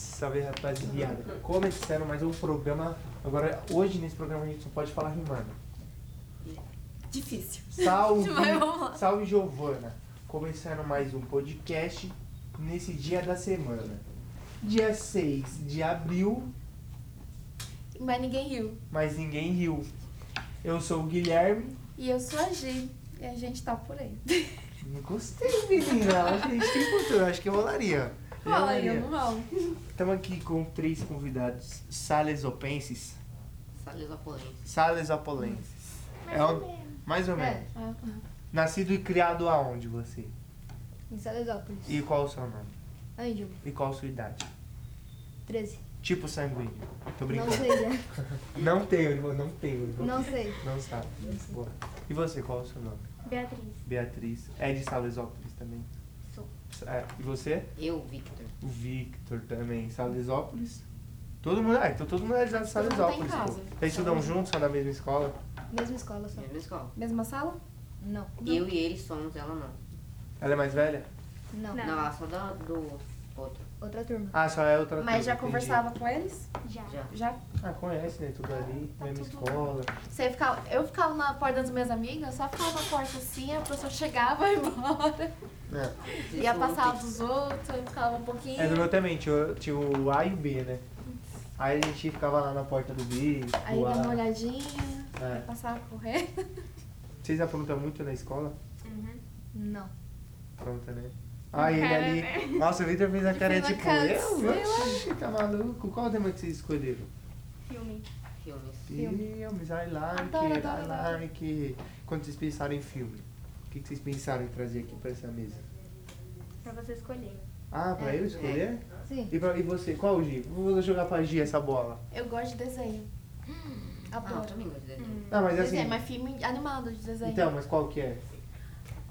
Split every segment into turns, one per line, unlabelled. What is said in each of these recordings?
Salve rapaziada, começando mais um programa. Agora, hoje nesse programa a gente só pode falar rimando.
Difícil.
Salve,
Mas vamos lá.
salve Giovana. Começando mais um podcast nesse dia da semana. Dia 6 de abril,
Mas ninguém riu.
mas ninguém riu. Eu sou o Guilherme.
E eu sou a G. E a gente tá por aí.
Não gostei, menina. Acho que a gente tem cultura, acho que rolaria.
Fala aí, eu
Rolaria.
não rolo.
Estamos aqui com três convidados salesopenses,
Salles Apolense.
salesapolenses. É um, mais ou menos.
Ah,
Nascido e criado aonde você?
Em Salesópolis.
E qual o seu nome?
Ângelo,
E qual a sua idade?
13.
Tipo sanguíneo. Tô
Não
brincando.
sei, né?
Não tenho, irmão, não tenho. irmão.
Não sei.
Não sabe. Boa. E você, qual é o seu nome?
Beatriz.
Beatriz. É de Salesópolis também?
Sou.
É, E você?
Eu, Victor.
O Victor também. Salesópolis? Todo mundo. Ah, então todo mundo é de Salesópolis.
Todo mundo tá em
pô.
casa.
Vocês estudam juntos, são da mesma escola?
Mesma escola só.
Mesma escola.
Mesma sala?
Não.
Eu e ele somos, ela não.
Ela é mais velha?
Não.
Não, ela só da, do outro.
Outra turma.
Ah, só é outra turma,
Mas já
entendi.
conversava com eles?
Já.
Já.
Já?
Ah, conhece, né? Tudo ali,
Tá
mesma
tudo-
escola.
Você ficava, eu ficava na porta das minhas amigas, só ficava na porta assim, a pessoa chegava e ia embora.
É.
Ia passar dos outros, eu ficava um pouquinho.
É do meu também, tinha, tinha o A e o B, né? Aí a gente ficava lá na porta do B, do
Aí dava uma
A.
olhadinha,
É.
passava correndo.
Vocês aprontam muito na escola?
Uhum.
Não.
Pronta, né? Aí ele ali. Nossa, o Victor fez a cara
né? fez uma
tipo,
cara
eu?
assim,
Oxi, tá maluco? Qual o tema que vocês escolheram?
Filmes.
Filmes, I like,
Adoro,
I
adoro, adoro.
like. Quando vocês pensaram em filme, o que que vocês pensaram em trazer aqui pra essa mesa?
Pra você escolher.
Ah, pra
É,
eu escolher?
Sim.
E, pra, e você, qual, Gi? Vou jogar pra Gi essa bola.
Eu gosto de desenho.
Hum.
Ah, eu
Adoro.
também gosto dele.
Hum.
Não, mas assim.
desenho, é, mas filme animado de desenho.
Então, mas qual que é?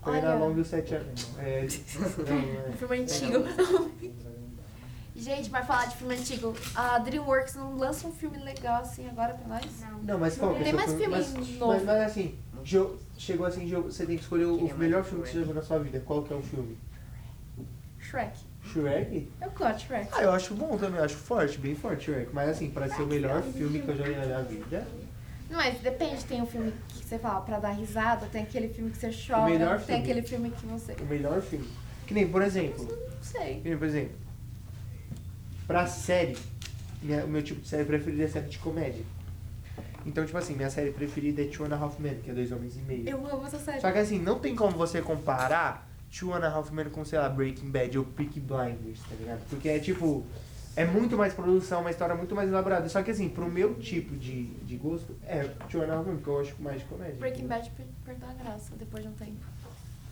Foi na
Olha.
longa dos sete anos. É.
Um
Não,
filme antigo. Gente, mas falar de filme antigo, a DreamWorks não lança um filme legal assim agora pra nós?
é. não mas qual que é?
Tem
seu
mais filme
Mas,
novo.
mas, mas assim, jo- chegou assim, jo- você tem que escolher o
Queria mais
melhor
um
filme que você
Shrek.
já viu na sua vida. Qual que é o filme?
Shrek.
Shrek?
Eu gosto de Shrek.
Ah, eu acho bom também, eu acho forte, bem forte Shrek. Mas assim, parece ser o melhor filme que eu já vi na minha vida.
Não, mas depende, tem um filme que você fala pra dar risada, tem aquele filme que você chora,
O melhor
tem
filme.
aquele filme que você.
O melhor filme. Que nem, por exemplo,
Não sei.
que nem, por exemplo, pra série, minha- o meu tipo de série preferida é série de comédia. Então, tipo assim, minha série preferida é Two and a Half Men, que é Dois Homens e Meio.
Eu amo essa série.
Só que assim, não tem como você comparar Two and a Half Men com, sei lá, Breaking Bad ou Peaky Blinders, tá ligado? Porque é tipo, é muito mais produção, uma história muito mais elaborada. Só que assim, pro meu tipo de, de gosto, é Two and a Half Men, porque eu acho mais de comédia.
Breaking
entendeu?
Bad per- perdeu a graça depois de um tempo.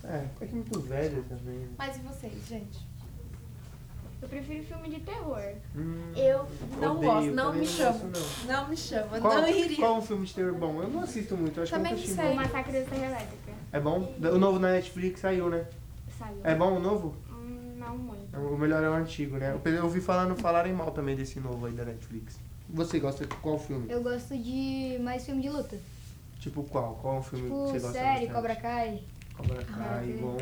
É, é que é muito velho também. né?
Mas e vocês, gente?
Eu prefiro filme de terror.
Hum,
Eu não
odeio,
gosto, não
também
me chama.
gosto, não.
Não me chama,
Qual,
não iria.
qual um filme de terror bom? Eu não assisto muito, eu acho
Também
que eu nunca
não
O
assisti.
sei.
Massacre da Serra Elétrica.
É bom? O novo na Netflix saiu, né?
Saiu.
É bom o novo?
Hum, Não muito.
O melhor é o antigo, né? Eu ouvi falando, falarem mal também desse novo aí da Netflix. Você gosta de qual filme?
Eu gosto de mais filme de luta.
Tipo qual? Qual é um filme que você
Tipo,
gosta
série,
bastante?
Cobra Kai.
Cobra Kai,
Maravilha.
bom.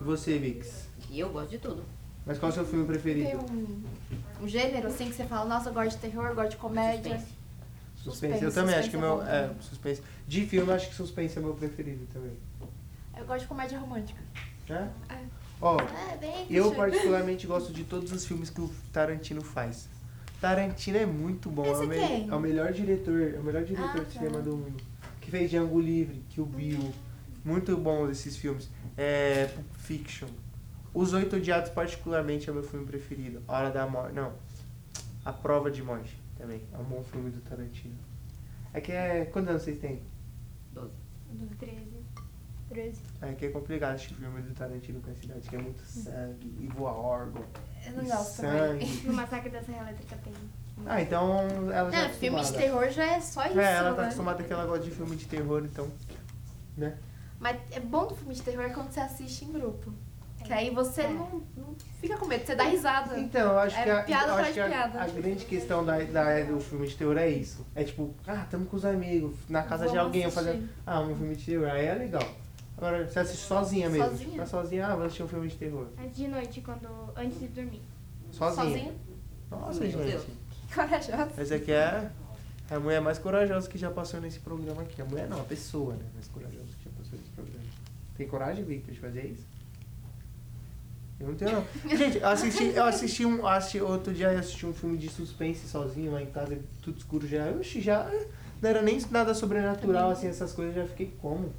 E você, Vix?
E eu gosto de tudo.
Mas qual é o seu filme
Tem
preferido?
um, um gênero assim que você fala, nossa, eu gosto de terror, eu gosto de comédia.
Suspense.
Suspense.
suspense,
Eu também acho
suspense
que
é
meu...
bom
É,
também.
suspense. De filme, eu acho que suspense é meu preferido também.
Eu gosto de comédia romântica.
Né?
É.
Ó,
É, bem
eu
clichê.
particularmente gosto de todos os filmes que o Tarantino faz. Tarantino é muito bom. É
Esse
o, me-
quem?
é o melhor diretor, é o melhor diretor de
Ah, tá. Uhum.
cinema do mundo. Que fez Django Livre, Kill Bill. Muito bom esses filmes. É, Pulp Fiction. Os Oito Odiados, particularmente, é o meu filme preferido. A Hora da Morte. Não. A Prova de Morte também. É um bom filme do Tarantino. É que é. Quantos anos vocês têm?
13.
13.
É que é complicado assistir filme do Tarantino com essa idade, que é muito sangue, e voa órgão,
Hum. Eu
e
não gosto também.
sangue.
No Massacre da Serra Elétrica tem.
Ah, então ela já
Não, É, filme de
acostumada.
terror já é só isso.
É, ela tá
né?
acostumada que ela gosta de filme de terror, então. Né?
Mas é bom do filme de terror é quando você assiste em grupo.
É.
Que aí você não, não fica com medo, você dá risada.
Então, eu acho
É
que, a,
piada
eu acho
atrás de
que a-
piada.
a grande questão da, da- do filme de terror é isso. É tipo, ah, tamo com os amigos, na casa de
Vamos
alguém,
assistir.
fazendo. Ah, um filme de terror, aí é legal. Agora, você assiste sozinha mesmo.
Sozinha?
Mas sozinha, ah, vou assistir um filme de terror.
É De noite, quando, antes de dormir.
Sozinha.
Sozinha?
Nossa,
Meu
gente.
Deus.
Que corajosa.
Essa aqui é a mulher mais corajosa que já passou nesse programa aqui. A mulher não, a pessoa, né? Mais corajosa que já passou nesse programa. Tem coragem, Victor, de fazer isso? Eu não tenho, não. Gente, eu assisti, eu assisti um. eu Assisti, outro dia eu assisti um filme de suspense sozinho lá em casa, tudo escuro já. Oxi, já. Não era nem nada sobrenatural, assim, essas coisas, já fiquei como?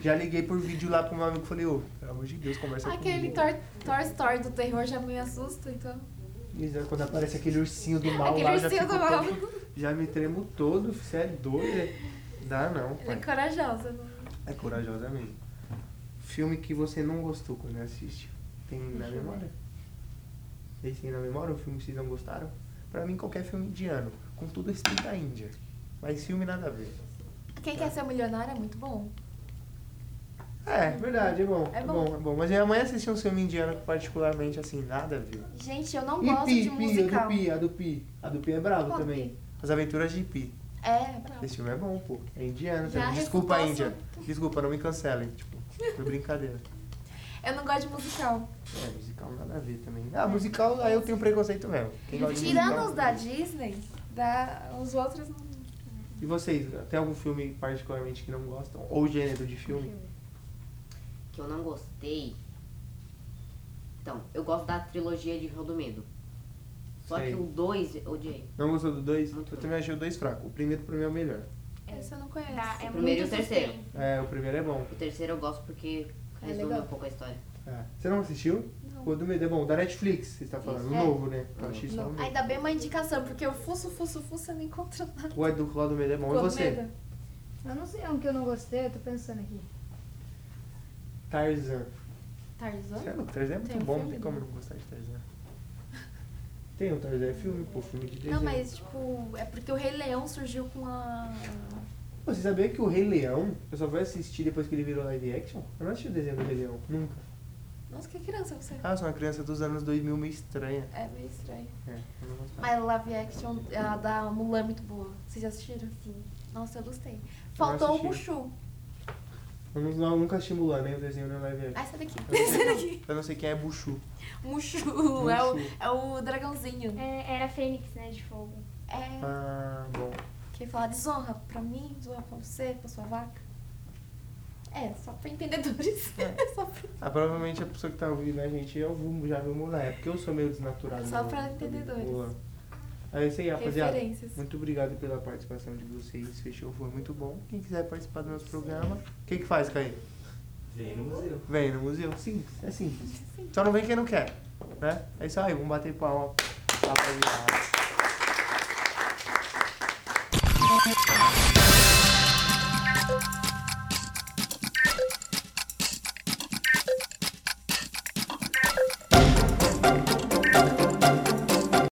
Já liguei por vídeo lá pro meu amigo e falei, ô, pelo amor de Deus, conversa
Aquele
comigo.
Thor, Thor Story do terror já me assusta, então.
Lisa, é Quando aparece aquele ursinho do mal
Aquele
lá, eu já
ursinho
fico
do mal.
todo- já me tremo todo, você é doido. Dá não,
Ela é
pai.
corajosa. né?
É corajosa mesmo. Filme que você não gostou quando assiste. Tem na
Deixa eu
memória? Vocês têm na memória um filme que vocês não gostaram? Pra mim, qualquer filme indiano. Com todo respeito à Índia. Mas filme nada a ver.
Quem quer ser milionário é muito bom.
É, verdade, é bom.
É
É bom,
bom.
é bom. Mas minha mãe assistiu um filme indiano que particularmente, assim, nada a ver.
Gente, eu não
E
gosto
Pi, Pi,
de
a
musical.
do Pi, a do Pi. A do Pi é brava
Qual
também. As Aventuras de Pi.
É, bravo.
Esse filme é bom, pô. É indiano
Já
também. Desculpa,
refutou
Índia. Desculpa, não me cancelem. Tipo, foi brincadeira.
Eu não gosto de musical.
É, musical nada a ver também. Ah, musical, aí eu tenho preconceito mesmo. Quem gosta de
É. Tirando
musical-
os da Disney, da, os outros não.
E vocês, tem algum filme particularmente que não gostam? Ou gênero de filme?
Que eu não gostei. Então, eu gosto da trilogia de Rodomedo. Só
Sei.
que o 2 eu odiei.
Não gostou do dois?
Muito
Eu também achei o dois fraco. O primeiro pra mim é o melhor.
Esse eu não conheço.
Dá, é
primeiro e
muito
o terceiro.
suspense.
É, o primeiro é bom.
O terceiro eu gosto porque
É
resume
legal.
um pouco a história.
É. Você não assistiu?
Não.
O do medo é bom. Da Netflix, você tá falando. O
É.
novo, né? Eu achei só o
Não.
novo.
Ainda bem uma indicação, porque eu fuço, fuço, fuço, eu não encontro nada.
O do Cló do Medo é bom. E
Com
você?
medo.
Eu não sei um que eu não gostei, eu tô pensando aqui.
Tarzan.
Tarzan?
Sério, Tarzan é muito
Tem um
bom, não
filme,
tem como
né?
não gostar de Tarzan. Tem um Tarzan, é filme, pô, filme de desenho.
Não, mas tipo, é porque o Rei Leão surgiu com a.
Pô, Você sabia que o Rei Leão, eu só fui assistir depois que ele virou live action? Eu não assisti o desenho do Rei Leão, nunca.
Nossa, que criança você é.
Ah, eu sou uma criança dos anos 2000 meio estranha.
É meio estranho.
É, eu não gostava.
Mas a live action a da Mulan é muito boa. Vocês já assistiram? Sim. Nossa, eu gostei. Faltou o
assisti.
Mushu.
Eu não- não- nunca assisti Mulan, nem o desenho, nem o live action.
Ai, sai daqui. Sai daqui.
Eu não sei quem é Bushu.
Mushu. É, o, é o dragãozinho.
É, era Fênix, né, de fogo.
É.
Ah, bom.
Quem fala desonra pra mim, desonra pra você, pra sua vaca. É, só pra entendedores. só pra,
Ah, provavelmente a pessoa que tá ouvindo a gente eu vou- já viu Mulan, é porque eu sou meio desnaturado.
Só
no-
pra entendedores.
Mulan. É isso aí, rapaziada.
referências.
Muito obrigado pela participação de vocês. Fechou, foi muito bom. Quem quiser participar do nosso programa, o que, que faz, Caí?
Vem no museu.
Vem no museu? Sim, é simples. Só não vem quem não quer, né? É isso aí, vamos bater palma. Rapaziada.